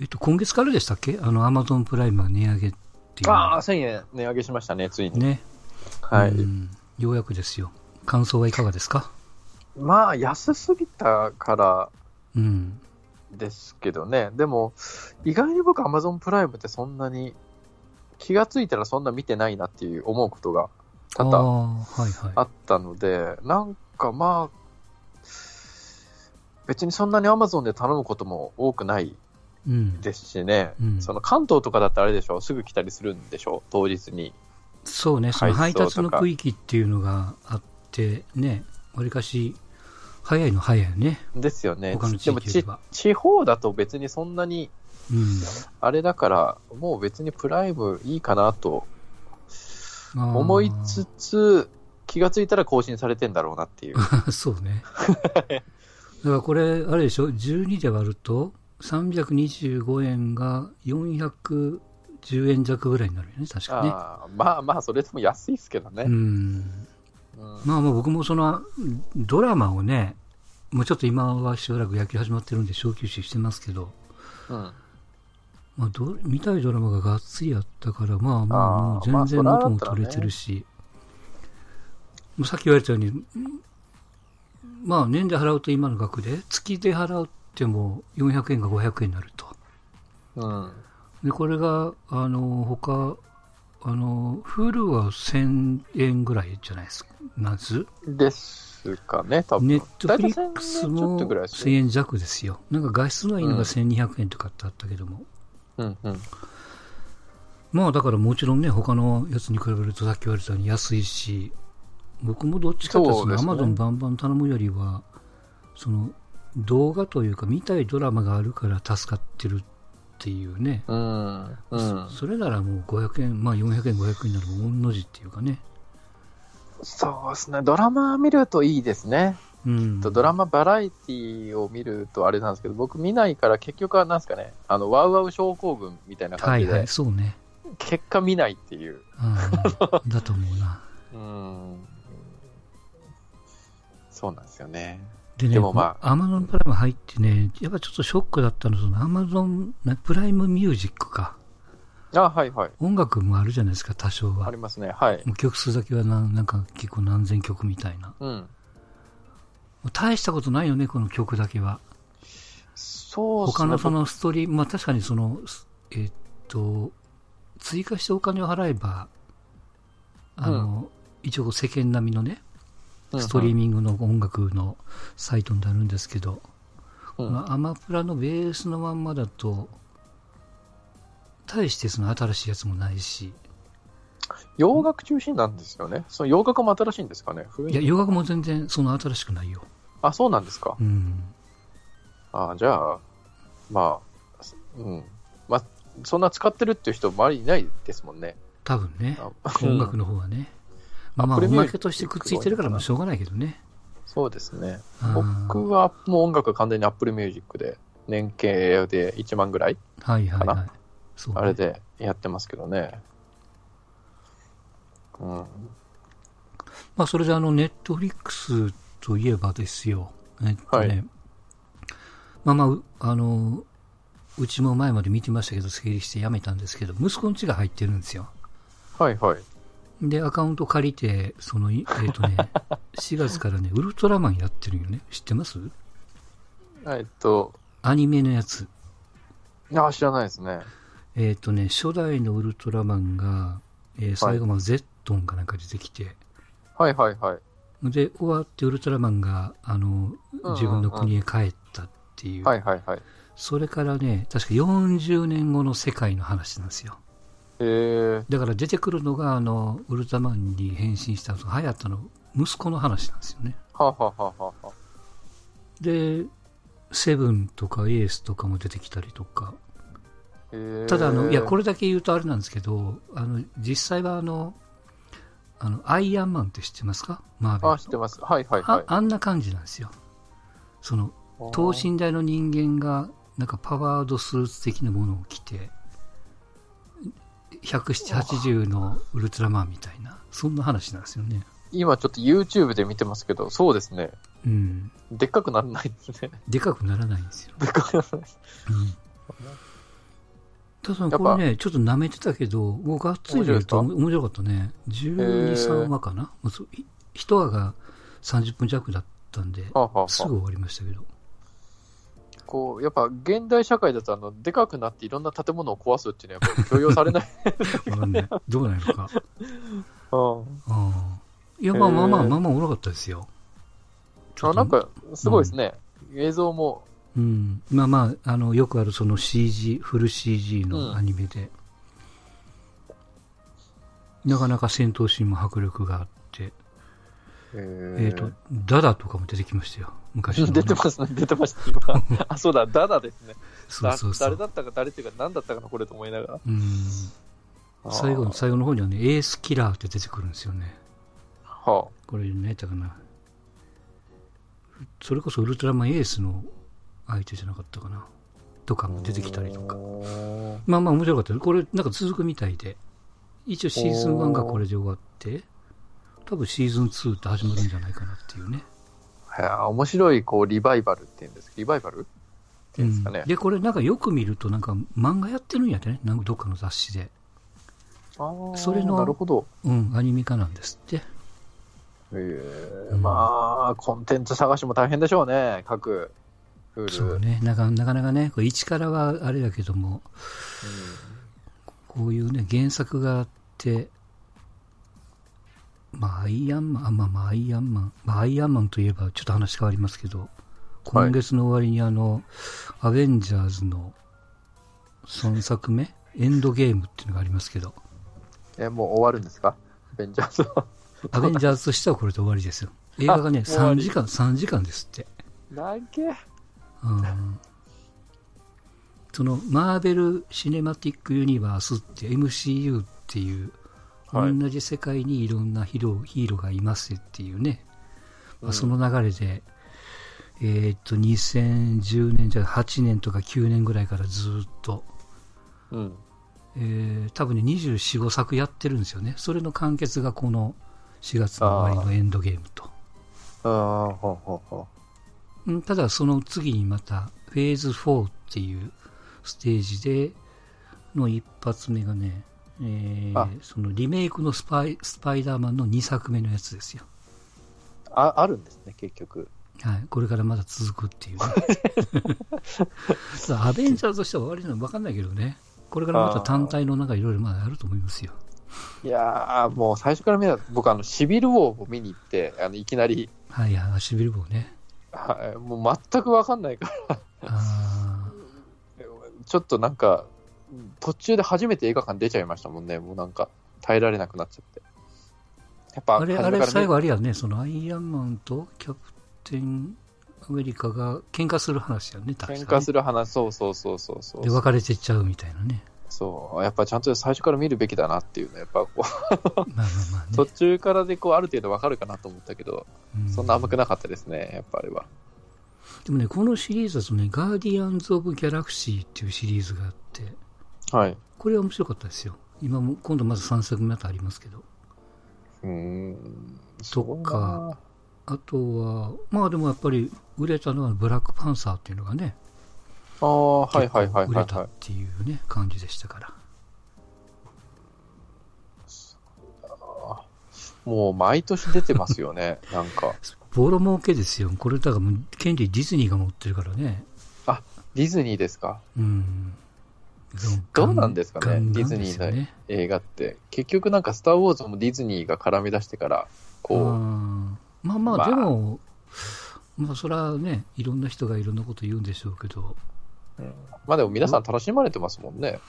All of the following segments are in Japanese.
えっと、今月からでしたっけあの、アマゾンプライムが値上げっていう。ああ、1000円値上げしましたね、ついに。ね。はい、うんようやくですよ。感想はいかがですかまあ、安すぎたからうん。ですけどね、でも、意外に僕、Amazon プライムってそんなに、気がついたらそんな見てないなっていう思うことが多あ々あ、はいはい。あったので、なんかまあ、別にそんなに Amazon で頼むことも多くないうん。ですしね、うんその関東とかだってあれでしょ、すぐ来たりするんでしょ、当日に。そうね、その配配送とか達の区域っていうのがあって、ね、わりかし、早いの早いよね。ですよね他の。地でも域よりちは。地方だと別にそんなにうんあれだから、もう別にプライムいいかなとあー思いつつ、気がついたら更新されてんだろうなっていう。 そう ね。だからこれ、あれでしょ、12で割ると、325円が410円弱ぐらいになるよね、確かね。あーまあまあ、それでも安いですけどうね。ん。うんまあまあ僕もその、ドラマをね、もうちょっと今はしばらく野球始まってるんで小休止してますけど、うんまあど、見たいドラマががっつりあったから、まあまあ、もうあーま全あ然そら元も取れてるし、もうさっき言われたように、んまあ、年で払うと今の額で、月で払っても400円が500円になると。うんで、これが、あの、他、あの、Hulu は1000円ぐらいじゃないですか。なんですですかね、多分ネットフリックス大体1000円ちょもっとぐらいです1000よ円弱ですよ。なんか画質のいいのが1200円とかってあったけども。うんうん。まあだからもちろんね、他のやつに比べるとさっき言われたように安いし、僕もどっちかというとそうでアすねマゾンバンバン頼むよりは、その動画というか見たいドラマがあるから助かってるっていうね、うん。うん。それならもう500円、まあ400円、500円になるもんの字っていうかね。そうですね。ドラマ見るといいですね。うん。ドラマバラエティを見るとあれなんですけど、僕見ないから結局はなんですかね、あの、ワウワウ症候群みたいなは感じいで、はい、そうね。結果見ないっていう。 うんだと思うな。うん。そうなんですよね。でね、でもまアマゾンプライム入ってね、やっぱちょっとショックだったのは、そのアマゾンプライムミュージックか。あ、はいはい。音楽もあるじゃないですか、多少はあり。ますね。はい。もう曲数だけはななんか結構何千曲みたいな。もうん。う大したことないよね、この曲だけは。そうです他ね。のそのストーリー、まあ確かにその、すえっと、追加してお金を払えば、あの、一応世間並みのね、うんストリーミングの音楽のサイトになるんですけど、うんこのアマプラのベースのまんまだと、大してその新しいやつもないし、洋楽中心なんですよね。その洋楽も新しいんですかね。雰囲い気や、洋楽も全然その新しくないよ。あ、そうなんですか。うん。あじゃあ、まあ、すうん。まあ、そんな使ってるっていう人、周りいないですもんね。多分ね。あ音楽の方はね。まあまあ、おこれ見るまけとしてくっついてるからもうしょうがないけどね。そうですね。うん僕はもう音楽は完全に Apple Music で、年計で1万ぐらい、はいはいはかいな。そうね、あれでやってますけどね。うん。まあ、それであの、ネットフリックスといえばですよ。えっとね。はいまあまあう、あの、うちも前まで見てましたけど、整理してやめたんですけど、息子の家が入ってるんですよ。はいはい。で、アカウント借りて、その、いえっと ね、4月からね、ウルトラマンやってるよね。知ってますえっと、アニメのやつ。あ知らないですね。えっ、とね、初代のウルトラマンが、えー最後までゼットンかなんか出てきて、はいはいはい。で、終わってウルトラマンが、あの、うん自分の国へ帰ったっていう、はいはいはい。それからね、確か40年後の世界の話なんですよ。えー、だから出てくるのが、あの、ウルトラマンに変身した、そのハヤタの息子の話なんですよね。はあはあはあはあはで、セブンとかエースとかも出てきたりとか、あ。えー、ただあの、いや、これ。れだけ言うとあれなんですけど、あの、実際はあの、あの、アイアンマンって知ってますかマーベルのあ、知ってます。はいはいはあい。あんな感じなんですよ。その、等身大の人間が、なんかパワードスーツ的なものを着て、170、80のウルトラマンみたいな、そんな話なんですよね。今ちょっと YouTube で見てますけど、そうですね。うん。でっかくならないですね。 でかくならないんですよ。でっかくならなうい。んただこれね、ちょっと舐めてたけど、僕がっついてると面白かったね。12、3話かな。一話が30分弱だったんで、はあはあすぐ終わりましたけど。こう、やっぱ現代社会だとあの、でかくなっていろんな建物を壊すっていうのはやっぱり許容さ れない。わかんない。どうなるのか。うん。うん。いや、まあまあまあ、へーまあまあ、おもろかったですよ。ちょっ あとなんか、すごいですね。映像も、うん。まあまあ、あの、よくあるその CG、フル CG うのんアニメで、なかなか戦闘シーンも迫力があって、ええっ、と、ダダとかも出てきましたよ。昔の、ね。 出てますね、出てました、今。あ、そうだ、ダダですね。そだうそうそ誰う。だったか、誰っていうか、何だったかな、これと思いながうん。ら。最後の、最後の方にはね、エースキラーって出てくるんですよね。はこれ何やったかな。それこそウルトラマンエースの相手じゃなかったかな。とかあも出てきたりとか。おーまあまあ面白かったですこれなんか続くみたいで。一応シーズン1がこれで終わって、多分シーズン2って始まるんじゃないかなっていうね。いやー面白い、こう、リバイバルっていうんですリバイバルっていうんですかねうん。で、これなんかよく見るとなんか漫画やってるんやでね。なんかどっかの雑誌で。あーそれのなるほど。うん、アニメ化なんですって。えー、まあ、コンテンツ探しも大変でしょうね、各。フーそうル。ね。なんかなかなかね、これ一からはあれだけども、こういうね、原作があって、まあ、アイアンマン、あまあ、まあ、アイアンマン、まあ、アイアンマンといえばちょっと話変わりますけど、今月の終わりにあの、アベンジャーズの3作目、エンドゲームっていうのがありますけど、え、もう終わるんですかベンジャーズは。アベンジャーズとしてはこれで終わりですよ。映画がね、あ終わ3り時間、3時間ですって。なげうんそのマーベル・シネマティック・ユニバースって MCU っていう、はい同じ世界にいろんなヒーローヒーローがいますっていうね、まあ、その流れで、えーっと2010年じゃ8年とか9年ぐらいからずっと、うん。えー多分ね245作やってるんですよねそれの完結がこの4月の終わりのエンドゲームとああ、ほうほうほうんただその次にまたフェーズ4っていうステージでの一発目がね、えーあそのリメイクのスパイスパイダーマンの2作目のやつですよ、う。あ、あるんですね、結局。はい、これからまだ続くって いう、ね、さあアベンジャーズとしては終わりなの分かんないけどねこれからまた単体の中いろいろまだあると思いますよいやー、もう最初から見た僕、あの、シビルウォーを見に行って、あの、いきなり、 はいはいシビル棒ねはい、もう全くわかんないから、あーちょっとなんか、途中で初めて映画館出ちゃいましたもんね、もうなんか、耐えられなくなっちゃって。やっぱ、あれあ初めれから見最後あれやねそのアイアンマンとキャプテンアメリカが喧嘩する話やね確かね喧嘩する話、そうそうそうそうそでう。別れてっちゃうみたいなね。そう、やっぱちゃんと最初から見るべきだなっていうね、やっぱこう、まあまあまあ途ね。中からでこう、ある程度わかるかなと思ったけど、うそんな甘くなかったですね、やっぱあれは。でもね、このシリーズだとね、ガーディアンズ・オブ・ギャラクシーっていうシリーズがあって、はい。これは面白かったですよ。今も、今度まず3作目またありますけど。うーん。そっか。あとは、まあでもやっぱり売れたのはブラックパンサーっていうのがね、ああ、はいはいはい結構は売い、れたはっい。ていうね、感じでしたから。もう毎年出てますよね、 なんか。ボロ儲けですよ。これだからもう、権利ディズニーが持ってるからね。ディズニーですかうん。どうなんですかねガンガンディズニーですよね。映画って。結局なんか、スター・ウォーズもディズニーが絡み出してから、こあーまあままあ、あでも、まあ、それはね、いろんな人がいろんなこと言うんでしょうけど、う、まあでも皆さん楽しまれてますもんね。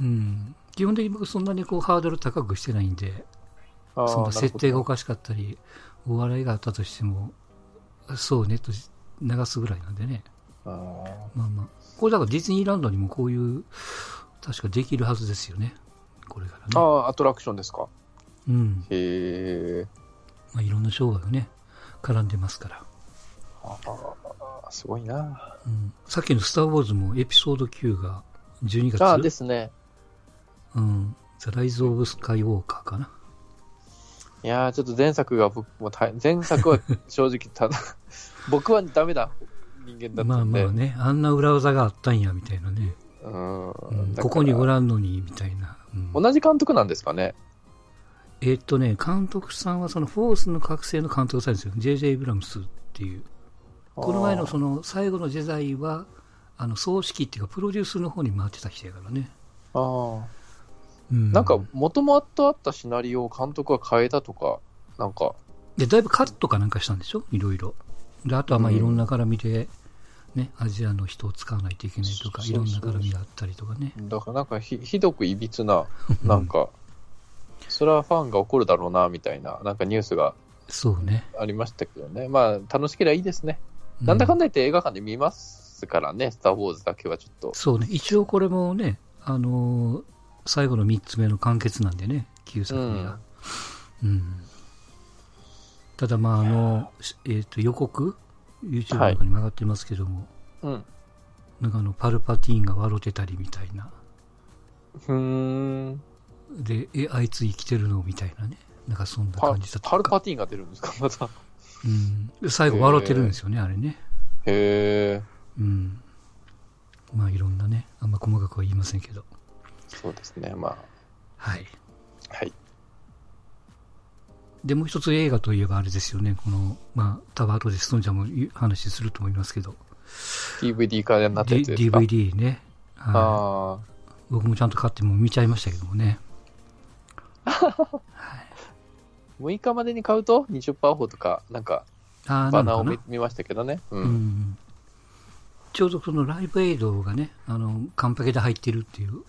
うん、基本的に僕、そんなにこうハードル高くしてないんで、あーそんな設定がおなるかしかったり、お笑いがあったとしても、そうねと流すぐらいなんでね、ほどあまあまあ、これだからディズニーランドにもこういう、確かできるはずですよね、これからーね。あー、アトラクションですか。うんへえ。まあ、いろんな商売がね、絡んでますから。あーすごいな。うん、さっきの「スター・ウォーズ」もエピソード9が12月ああ、ですね。うん。ザ・ライズ・オブ・スカイ・ウォーカーかな。いやー、ちょっと前作が僕も大、前 作は正直ただ、僕はダメな人間だっまたあんまで、あね、あんな裏技があったんや、みたいなね。うんうんだからここにおらんのに、みたいな。うん同じ監督なんですかね。えーっとね、監督さんはそのフォースの覚醒の監督さんですよ。J.J. イブラムスっていう。この前のその最後の時代は、あの、葬式っていうか、プロデュースの方に回ってた人やからね。あーあうーなんか、もともとあったシナリオを監督が変えたとか、なんか、で、だいぶカットかなんかしたんでしょいろいろ。で、あとはまあうんいろんな絡みで、ね、アジアの人を使わないといけないとか、いそうそろうんそなう絡みがあったりとかね。だからなんかひひどくいびつな、なんか、それはファンが怒るだろうな、みたいな、なんかニュースがそうね。ありましたけどね。まあ、楽しければいいですね。うなんだかんだ言って映画館で見ますからね、スター・ウォーズだけはちょっと。そうね。一応これもね、あのー最後の3つ目の完結なんでね、9作目が。うん。ただ、まあ、あの、しえっ、と、予告 ?YouTube なんかにも上がってますけども、うん。なんかあの、パルパティーンが笑ってたりみたいな。ふーん。で、え、あいつ生きてるのみたいなね。なんかそんなパ感じだったパルパティーンが出るんですか、また。うん、で最後笑ってるんですよね、あれね。へえ、うん。まあいろんなね、あんま細かくは言いませんけど。そうですね。まはい。あ、はい。で、もう一つ映画といえばあれですよね、この、まあ多分後でストンちゃんも言う話すると思いますけど、 DVD 化になったや D- つですか。 DVD ね。はあい僕もちゃんと買っても見ちゃいましたけどもね。あ、6日までに買うと20%オフとか、なんか、ああ、なバナのーをか見な。見ましたけどね。う。うんん。ちょうどそのライブエイドがね、あの、カンパケで入ってるっていう。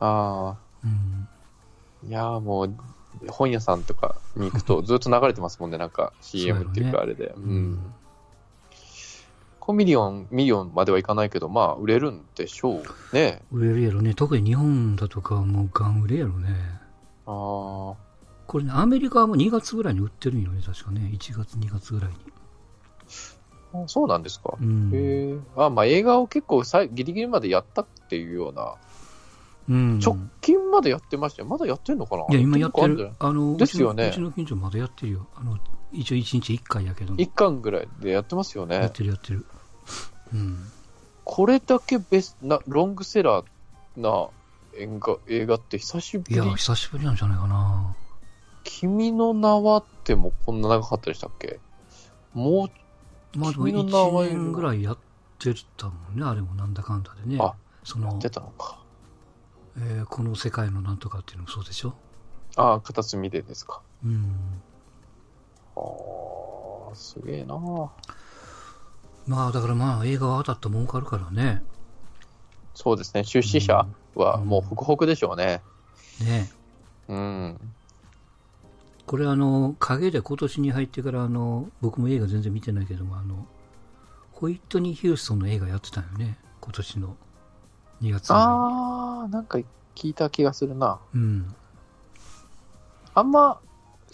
ああ、うん。いやーもう、本屋さんとかに行 くとずっと流れてますもんね、なんか CM っていうかあれで。うん。コミリオン、ミリオンまではいかないけど、まあ、売れるんでしょうね。売れるやろね。特に日本だとかはもうガン売れやろね。ああ、これね、アメリカはもう2月ぐらいに売ってるんよね、確かね。1月、2月ぐらいに。そうなんですか。うん。へえ。あ、まあ映画を結構さいギリギリまでやったっていうような、うん、直近までやってましたよ。まだやってんのかないや、今やって。結構あんじゃなるい。あの、ですよねうちのうちの近所まだやってるよ。あの、一応1日1回やけども。 1巻ぐらいでやってますよやねっ。てるやってる。うん。これだけベスなロングセラーな映画映画って久しぶいりや、久しぶりなんじゃないかな。君の名はってもこんな長かったでしたっけもまあでも君の名は1年ぐらいやってたもんね、あれもなんだかんだでねあ。そのう、出たのか。えーこの世界のなんとかっていうのもそうでしょ。ああ、片隅でですか。うん。ああ、すげえなまあだからまあ映画は当たったら儲かるからね。そうですね、出資者はもうホクホクでしょうね。ねうん。これあの影で今年に入ってからあの僕も映画全然見てないけどもあのホイットニー・ヒューストンの映画やってたよね今年の2月ぐらああ、なんか聞いた気がするな。いに、うん、あんま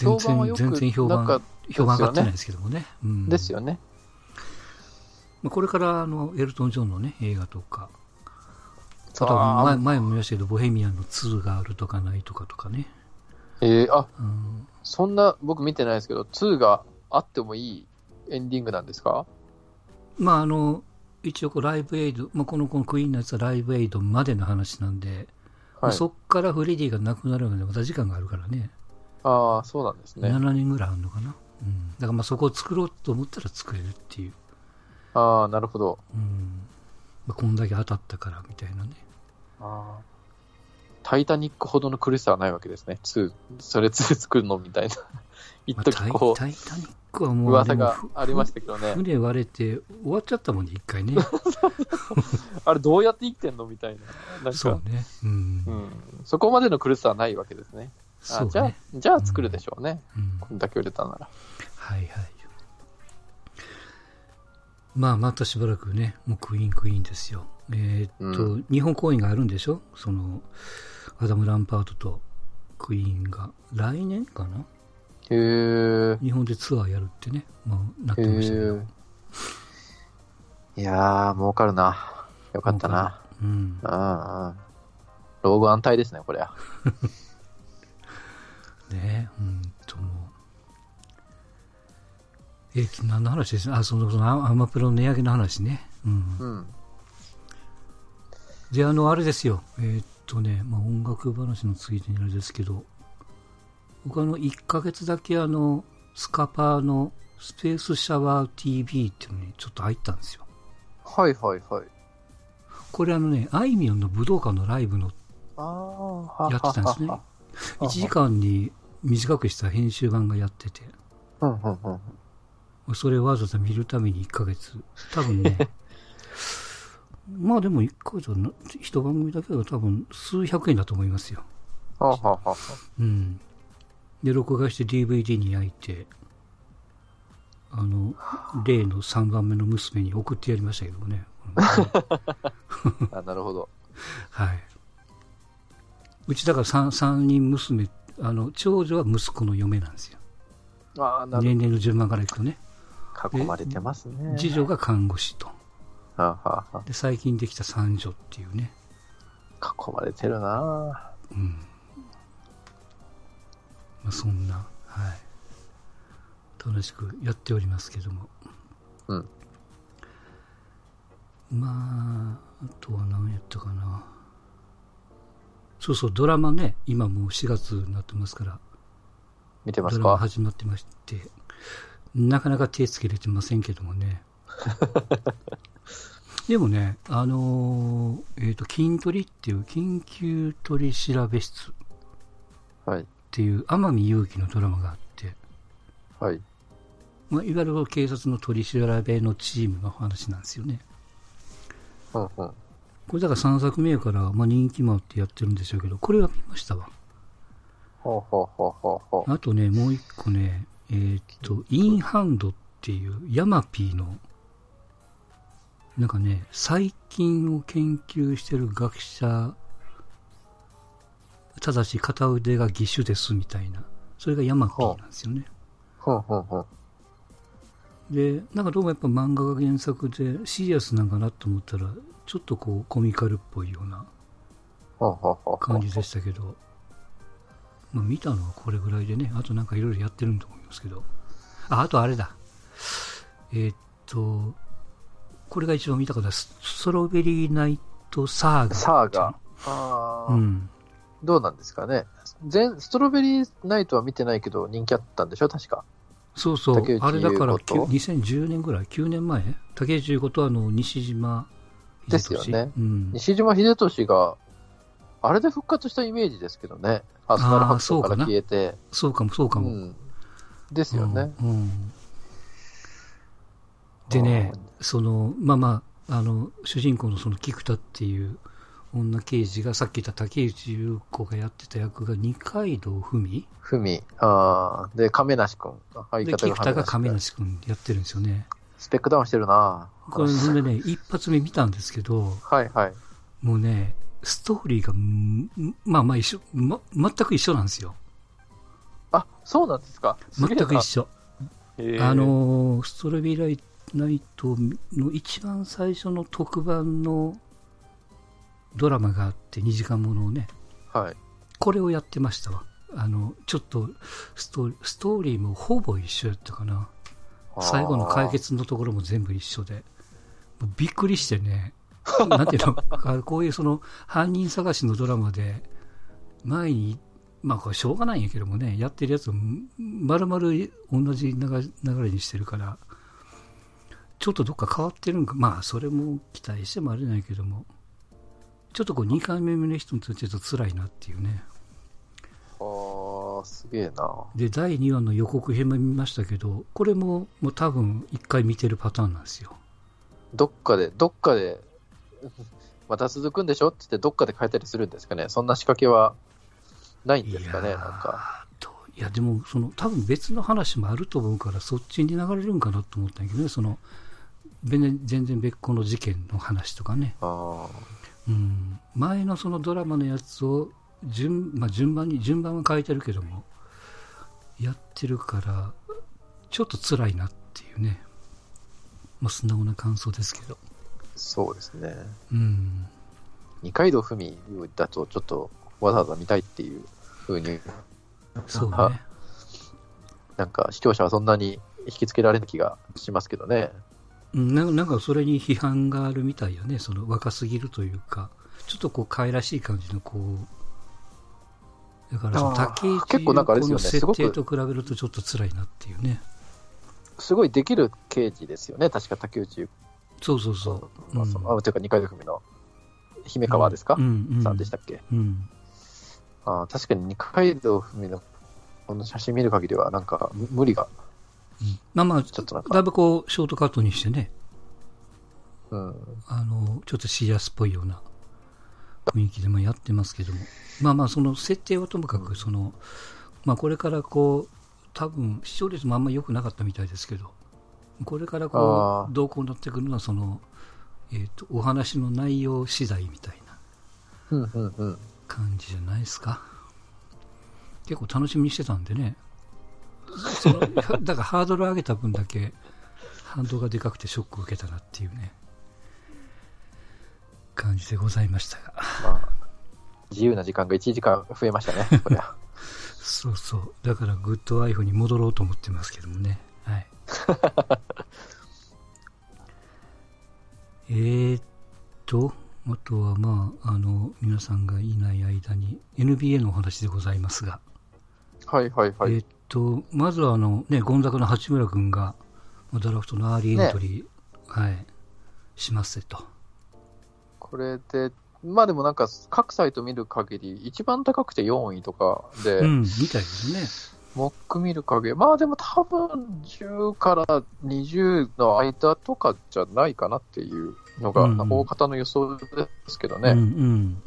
評全判はよ然く全然評なんか判評判上がってないですけどもねうん、ですよね。まあこれからあのエルトン・ジョンのね映画とかあとあはー前前も見ましたけど「ボヘミアンの2」があるとかないとかとかね、えーあ、うん、そんな、僕見てないですけど、2があってもいいエンディングなんですかまああの一応こうライブエイド、まあ、このこのクイーンのやつはライブエイドまでの話なんで、まあはい。そっからフレディが亡くなるまでまた時間があるからねああ、そうなんですね。 7年ぐらいあるのかな、うん、だからまあそこを作ろうと思ったら作れるっていう、ああ、なるほど。うんまあ、こんだけ当たったからみたいなねあータイタニックほどの苦しさはないわけですね。2、それ2作るのみ たいな。一まあタ時イこタイタニックはう、もう噂がでもふありましたけどね。船割れて終わっちゃったもんね一回ねあれどうやって生きてんのみたいな。なんそかう、ねうん、うん。そこまでの苦しさはないわけですね。そあうじゃあね、、じゃあ作るでしょうね。うん、こんだけ売れたなら。はいはいまあまたしばらくねもうクイーンクイーンですよえーっと、う日本公演があるんでしょそのアダム・ランパートとクイーンが来年かなへえ。日本でツアーやるってね、まあ、なってへましたけどえ。いやー、儲かるな。よかったな。うんうんうん。老後安泰ですね、これは。ねうんともうえっと何の話ですあそのそのアマプロの値上げの話ねうんうん。で、あの、あれですよ。えーっとね、まあ、音楽話のついでにあれですけど、僕あの、1ヶ月だけあの、スカパーのスペースシャワー TV っていうのにちょっと入ったんですよ。はいはいはい。これあのね、あいみょんの武道館のライブのああ、やってたん ですねははは1時間に短くした編集版がやってて、うんうんうん。それわざわざ見るために1ヶ月。多分 ね、まあでも1ヶ月はな、一番組だけど多分数百円だと思いますよ。はははは。うん。で、録画して DVD に焼いて、あの、例の3番目の娘に送ってやりましたけどもね。あなるほど。はい。うちだから 3, 三人娘、あの、長女は息子の嫁なんですよ。ああ、なる年齢の順番からいくとね。ほど。囲まれてますね。次女が看護師と。ははは。で、最近できた三女っていうね。囲まれてるなうん。まあ、そんな、はい。楽しくやっておりますけども。うん。まあ、あとは何やったかな。そうそう、ドラマね、今もう4月になってますから、見てまドすラマか始まってまして、なかなか手つけれてませんけども ね。でもね、あのーえっ、と、筋トリっていう、緊急取り調べ室っはい。ていう、天海祐希のドラマがあって、はい。まあ、いわゆる警察の取り調べのチームの話なんですよね。うんうん。これだから3作目やから、まあ、人気もあってやってるんでしょうけど、これは見ましたわ。ほうほうほうほうほう。あとね、もう一個ね、えーっと、インハンドっていうヤマピーの、なんかね、細菌を研究してる学者、ただし片腕が義手ですみたいな、それがヤマピーなんですよね。ほうほうほう。で、なんかどうもやっぱ漫画が原作でシリアスなんかなと思ったら、ちょっとこうコミカルっぽいようなほうほうほうほう感。じでしたけど、まあ、見たのはこれぐらいでね、あとなんかいろいろやってるんだと思いますけど、ああとあれだ、えーっと、これが一番見た方、スストロベリーナイトサーガ。サーガ。ああ、うん、どうなんですかね。全、ストロベリーナイトは見てないけど人気あったんでしょ確か。そうそう竹、内あれだから優子きゅと2010年ぐらい、9年前、竹内優子とあの西島秀俊ですよねうん、西島秀俊が、あれで復活したイメージですけどね。アスカルあー白そう書かかなら消えて。そうかも、そうかうも。ん。ですよね。うんうんでねあー、そのまあまああの主人公のその菊田っていう女刑事がさっき言った竹内優子がやってた役が二階堂ふみふみ。ああ。で、亀梨君。相で方菊田がが亀亀梨君。梨君やってるんですよね。スペックダウンしてるなこれほんでね、一発目見たんですけど、はいはい。もうね、ストーリーがんまあまあ一緒、ま、全く一緒なんですよ。あ、そうなんですか。すげ全えなく一緒。へえあのーストロベリーナイトの一番最初の特番のドラマがあって2時間ものをねはい。これをやってましたわあのちょっとストストーリーもほぼ一緒やったかな最後の解決のところも全部一緒でもうびっくりしてねなんていうのあこういうその犯人探しのドラマで前にまあこれしょうがないんやけどもねやってるやつをまるまる同じ流れ流れにしてるからちょっとどっか変わってるんかまあそれも期待してもあれないけどもちょっとこう2回目の人にとってちょっと辛いなっていうねあーあー、すげえな。で第2話の予告編も見ましたけどこれももう多分1回見てるパターンなんですよどっかで、どっかで、 また続くんでしょって言って、どっかで変えたりするんですかね。そんな仕掛けはないんですかいね、なやんーか。といやでもその多分別の話もあると思うからそっちに流れるんかなと思ったんやけどねそのべね全然別個の事件の話とかね、あうん、前のそのドラマのやつを順,、まあ、順番に順番は変えてるけどもやってるからちょっと辛いなっていうね、まあ、素直な感想ですけどーそうですね。うん二階堂ふみだと、ちょっとわざわざ見たいっていう風に、そうあねなんか視聴者はそんなに引きつけられる気がしますけどね。うんななんかそれに批判があるみたいよね、その若すぎるというか、ちょっとこう、可愛らしい感じの、こう、だからその、あー竹内結構なんかあれですよねの設定すと比べるとちょっと辛いなっていうね。すごいできる刑事ですよね、確か竹内優そうそう子そう。まあうんそのあというか二階堂ふみの姫川ですか、うんうんさんでしたっけ。うん。ああ確かに二階堂ふみのこの写真見る限りは、なんかむ無理が、うんまあまちょっとなんあ、かだいぶこう、ショートカットにしてね、うん、あの、ちょっとシリアスっぽいような雰囲気でもやってますけども。まあまあ、その設定はともかく、その、まあこれからこう、多分視聴率もあんまり良くなかったみたいですけど、これからこあーう、どうこうなってくるのは、その、えっ、と、お話の内容次第みたいなうん、うん、うん。感じじゃないですか。結構楽しみにしてたんでね。その だからハードル上げた分だけ反動がでかくてショックを受けたなっていうね感じでございましたがまあ、自由な時間が1時間増えました ね、これは。そうそうだからグッドワイフに戻ろうと思ってますけどもねはいえーっとあとはまああの皆さんがいない間に NBA のお話でございますがはいはいはい。えーっと、まずはあの、ね、ゴンザカの八村君が、まあドラフトのアーリーエントリー、はい、しますと。これで、まあでもなんか、各サイト見る限り、一番高くて4位とかで、うん、みたいですね。モック見る限り、まあでも多分10から20の間とかじゃないかなっていうのが、うんなんか大方の予想ですけどうん、うね。ん。だ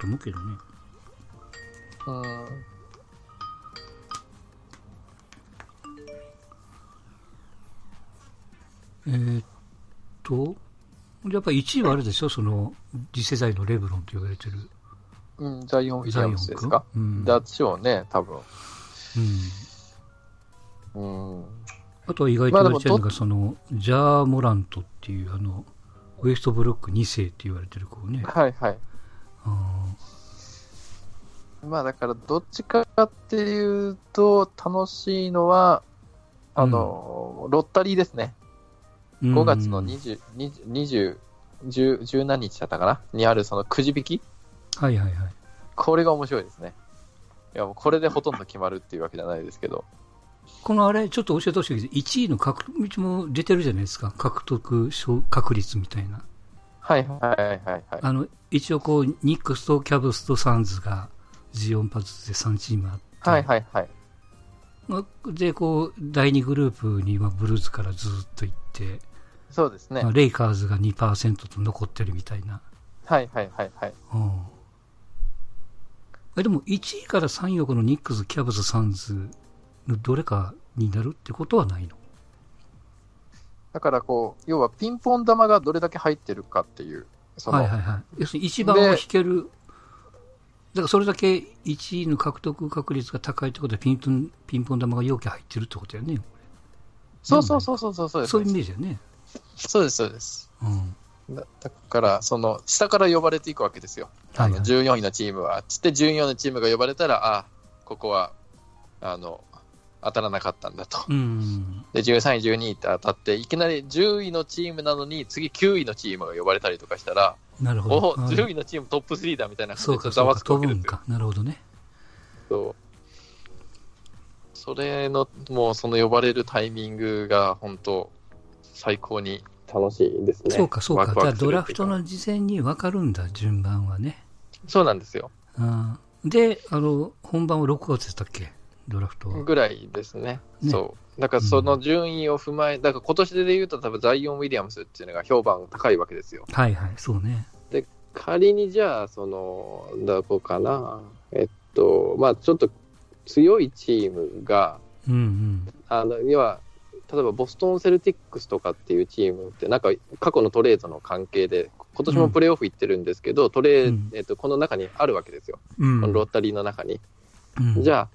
と思うけどね。うんえーっと、やっぱ1位はあれでしょ、その、次世代のレブロンと言われてるうん、ザイオン・ウィリザアイオンムスです君か。うん。だっしょうね、多分。うんうん。あとは意外と言われてるのが、その、ジャー・モラントっていう、あの、ウエストブロック2世って言われてる子ね。はいはい。あまあだから、どっちかっていうと、楽しいのは、あの、ロッタリーですね。ー5月の20、20、20、10 10何日だったかなにあるそのくじ引きはいはいはい。これが面白いですね。いや、もうこれでほとんど決まるっていうわけじゃないですけど。このあれ、ちょっと教えてほしいけど、1位の確率も出てるじゃないですか、獲得賞確率みたいな。はいはいはいはい。あの、一応こう、ニックスとキャブスとサンズが14発ずつで3チームあって、はいはいはい。まあで、こう、第2グループにはブルーズからずっと行って、そうですねまあ。レイカーズが2%と残ってるみたいな。はいはいはいはい。うんえでも、1位から3位はこのニックス、キャブス、サンズのどれかになるってことはないのだからこう、要はピンポン玉がどれだけ入ってるかっていう、その、はいはいはい。要するに一番を引ける、だからそれだけ1位の獲得確率が高いってことはピンポン、ピンポン玉が容器入ってるってことやね。そうそうそうそうそうそうです。そういうイメージやね。そうですそうです。うん。だだから、その、下から呼ばれていくわけですよ。はいあはのい。 14位のチームは、つって14位のチームが呼ばれたら、あここはあの当たらなかったんだと。うん。で、13位、12位って当たって、いきなり10位のチームなのに、次9位のチームが呼ばれたりとかしたら、なるほおどお。あ10位のチームトップ3だみたいなそう感じか、でざそうわか、つくわ飛ぶけでんすよ。か。なるほどね。そうそれの、もうその呼ばれるタイミングが、本当最高に楽しいですね。そうか、そうワか。クじゃワあクするドラフトっていうの事前に分かるんだ、順番はね。か。そうなんですよ。あーで、あの、本番は6月でしたっけドラフトは。ぐらいですね。ねそう。だからその順位を踏まえ、だから今年で言うと多分ザイオン・ウィリアムスっていうのが評判高いわけですよ。はいはい、そうね。仮にじゃあ、その、どこかな。えっと、まあちょっと強いチームが、うんうん。あの、要は、例えばボストン・セルティックスとかっていうチームって、なんか過去のトレードの関係で、今年もプレーオフ行ってるんですけど、トレー、うんえっと、この中にあるわけですよ。うん。このロッタリーの中に。うんじゃ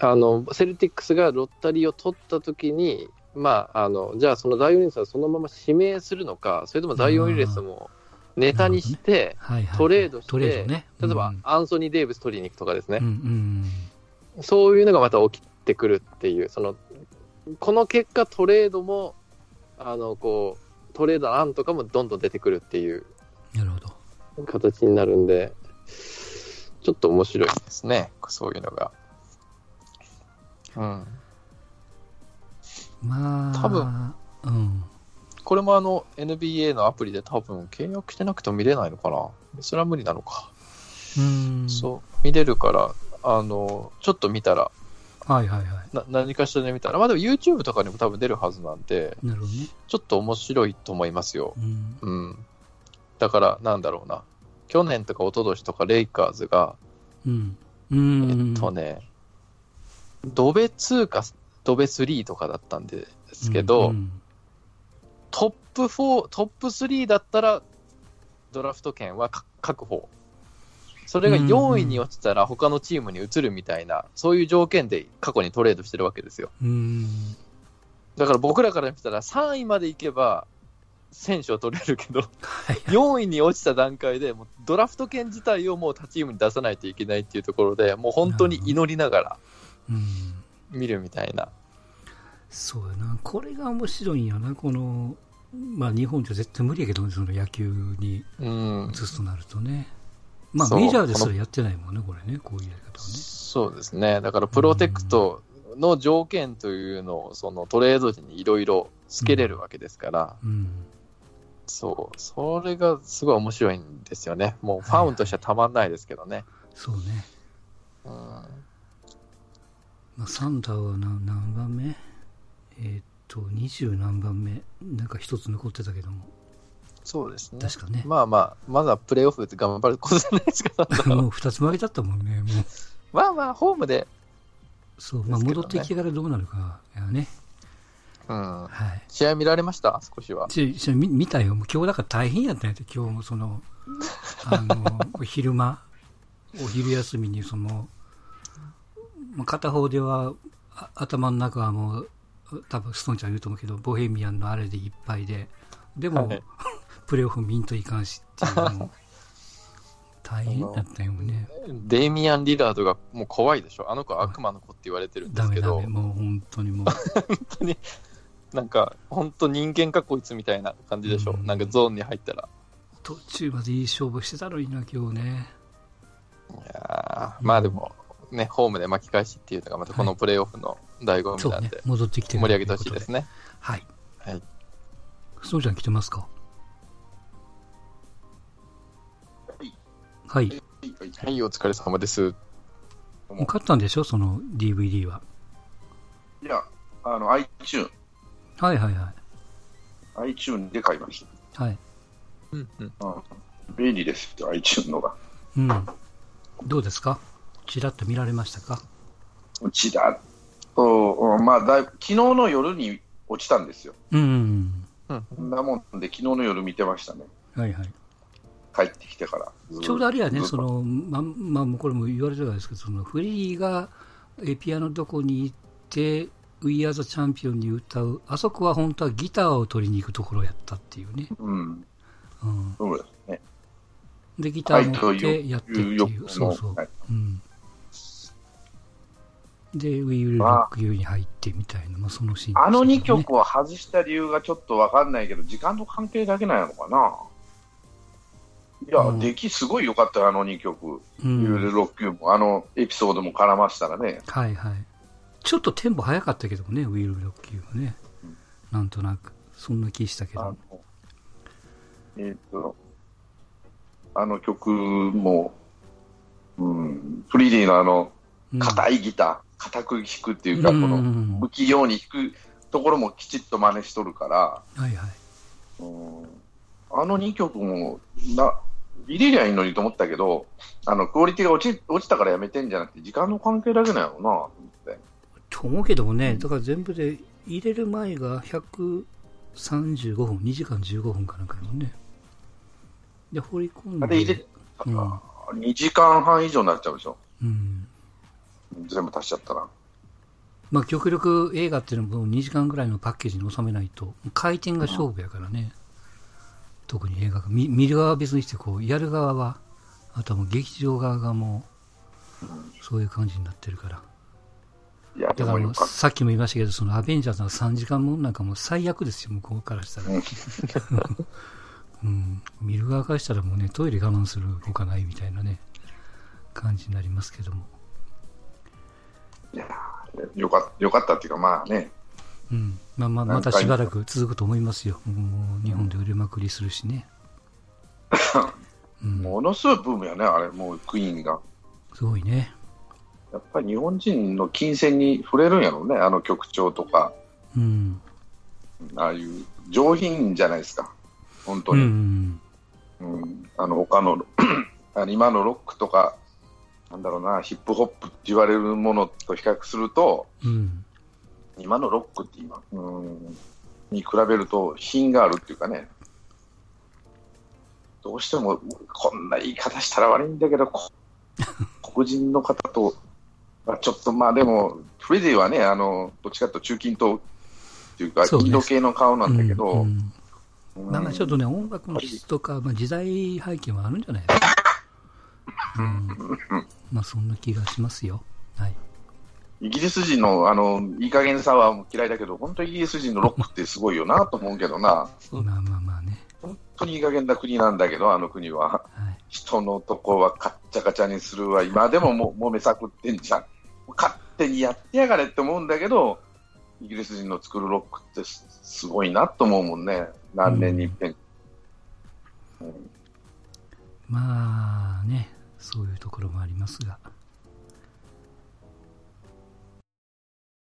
あ、あの、セルティックスがロッタリーを取ったときに、まあ、あの、じゃあそのザイオン・ウィリアムスはそのまま指名するのか、それともザイオン・ウィリアムスもネタにして、はいはいトレードしてトレードね。例えばうんアンソニー・デイビス取りに行くとかですねう、んうんそういうのがまた起きてくるっていう、その、この結果トレードも、あの、こう、トレードの案とかもどんどん出てくるっていう、うん。なるほど。形になるんで、ちょっと面白いですね、そういうのが。うん。まあ、多分うん。これもあの NBA のアプリで多分契約してなくても見れないのかなそれは無理なのか。うん。そう、見れるから、あの、ちょっと見たら、う。はいはいはな何かしらで見たら、まあでも YouTube とかにも多分出るはずなんで、い。なるほどね。ちょっと面白いと思いますよ。うん。うん。だから、なんだろうな。去年とか一昨年とかレイカーズが、うん。うえん。っとね、ドベ2かドベ3とかだったんですけど、うんトップ4、トップ3だったら、ドラフト権はか確保。それが4位に落ちたら他のチームに移るみたいな、そういう条件で過去にトレードしてるわけですよ。うん。だから僕らから見たら3位まで行けば選手を取れるけど、はいはい。 4位に落ちた段階でもうドラフト権自体をもう他チームに出さないといけないっていうところで、もう本当に祈りながらうん。見るみたいな。そうやな、これが面白いんやな、この、まあ、日本じゃ絶対無理やけどね、その野球にうん移。すとなるとね、まあ、そうメジャーですらやってないもんね、これね、こういうやり方はね。そうですね、だからプロテクトの条件というのをそのトレード時にいろいろつけれるわけですから、うん、そう、それがすごい面白いんですよね、もうファンとしてはたまんないですけどね。そうね、うんまあ、サンダーは何何番目えーっと、二十何番目、なんか一つ残ってたけども、そうですね確かね、まあまあ、まずはプレーオフで頑張ることじゃないで すか、もう二つ負けだったもんね、もう、まあまあ、ホームで、そう、まあ、ですけど戻ねってきてからどうなるかやね、うん、はい。試合見られました、少しは。ちち見見たよ、もう今日だから大変やったんやて、今日もその、あの昼間、お昼休みにその、まあ、片方ではあ頭の中はもう、多分ストンちゃん言うと思うけど、ボヘミアンのあれでいっぱいで、でも、はい プレーオフ見んといかんしっていう のも、大変やったよね。デイミアン・リラードがもう怖いでしょ、あの子は悪魔の子って言われてるんでダすメけダどメ、、もう本当にもう、なんか、本当人間かこいつみたいな感じでしょ、うんなんかゾーンに入ったら。途中までいい勝負してたのにな、今日 ね。いやーまあでも、ね、ホームで巻き返しっていうのが、またこのプレーオフの醍醐味そうなんねで、、戻ってきて盛り上げてほしいですね。ね。はい。はい。ストーンちゃん来てますかはい。はい、お疲れ様です。もう買ったんでしょその DVD は。いや、あの、iTune、はいはいは iTune で買いましい。はい。うんうん、た。うん。便利ですよ、iTune のが。うん。どうですかちらっと見られましたかちだっと、うんまあ、だいぶ、昨日の夜に落ちたんですよ。うん。そんなもんで、昨日の夜見てましたね。はいはい。帰ってきてから。ずっとちょうどあれやね、ずっそとの、ま、まあ、もうこれも言われてたんですけど、そのフリーがえピアノどこに行って、We Are the Champion に歌う、あそこは本当はギターを取りに行くところやったっていうね。ううん、ん。そうですね。で、ギタはーい、と持っていやうってってい欲う。望そうそう。はいうん、で、ウィ l ル・ロックユーに入ってみたいな、まあ、そのシーン、あの2曲を外した理由がちょっとわかんないけど、時間の関係だけなのかな。いや、うん出来すごい良かったよ、あの2曲。うユーん、ルロッキューも、あのエピソードも絡ましたらね。はいはい。ちょっとテンポ早かったけどもね、ウィ l ル・ロックユーはねうん。なんとなく、そんな気したけあのど。えーっと、あの曲も、うん、フリーディーのあの、うん硬いギター、硬く弾くっていうか、こうんうの、んうん不器用に弾くところもきちっと真似しとるから、はいはい。うん、あの2曲も、な、入れりゃいいのにと思ったけど、あの、クオリティが落ち、落ちたからやめてんじゃなくて、時間の関係だけなのな、と思って。と思うけどもね、だから全部で入れる前が135分、2時間15分かなんかやもんね。で、放り込んで。あれ入れ、うん2時間半以上になっちゃうでしょ。うん全部足しちゃったら。まあ、極力映画っていうのも2時間ぐらいのパッケージに収めないと、回転が勝負やからね、特に映画が見見る側は別にしてこう、やる側は、あとはもう劇場側がもう、そういう感じになってるから。いや、だでかもらよもうかった。さっきも言いましたけど、そのアベンジャーズの3時間もんなんかもう最悪ですよ、向こうからしたら。うん、見る側からしたらもうね、トイレ我慢するほかないみたいなね、感じになりますけども。いやーよかよかったっていうか、まあね、うん、まあまあ、またしばらく続くと思いますよ。もう日本で売れまくりするし ね。うん、ものすごいブームやね、あれ、もうクイーンが。すごいね。やっぱり日本人の金銭に触れるんやろうね、あの曲調とか、うん。ああいう上品じゃないですか、本当うに。ん。うん、あの他の あの今のロックとか、なんだろうな、ヒップホップって言われるものと比較すると、うん。今のロックって今、うん、に比べると品があるっていうかね、どうしてもこんな言い方したら悪いんだけ ど、こ黒人の方と、まあ、ちょっとまあでも、フレディはね、あのどっちかというと中近東っていうか、そうねインド系の顔なんだけうど、んうんなんかちょっとね、音楽の質とか、まあ、時代背景もあるんじゃないですか。うん。まあ、そんな気がしますよ。はい。イギリス人のあのいい加減さは嫌いだけど、本当にイギリス人のロックってすごいよなと思うけどな、うんまあまあまあね。本当にいい加減な国なんだけど、あの国は。はい。人のとこはカッチャカチャにするわ、今でもももめさくってんじゃん。勝手にやってやがれって思うんだけど、イギリス人の作るロックってすすごいなと思うもんね、何年に一遍。うんまあね、そういうところもありますが。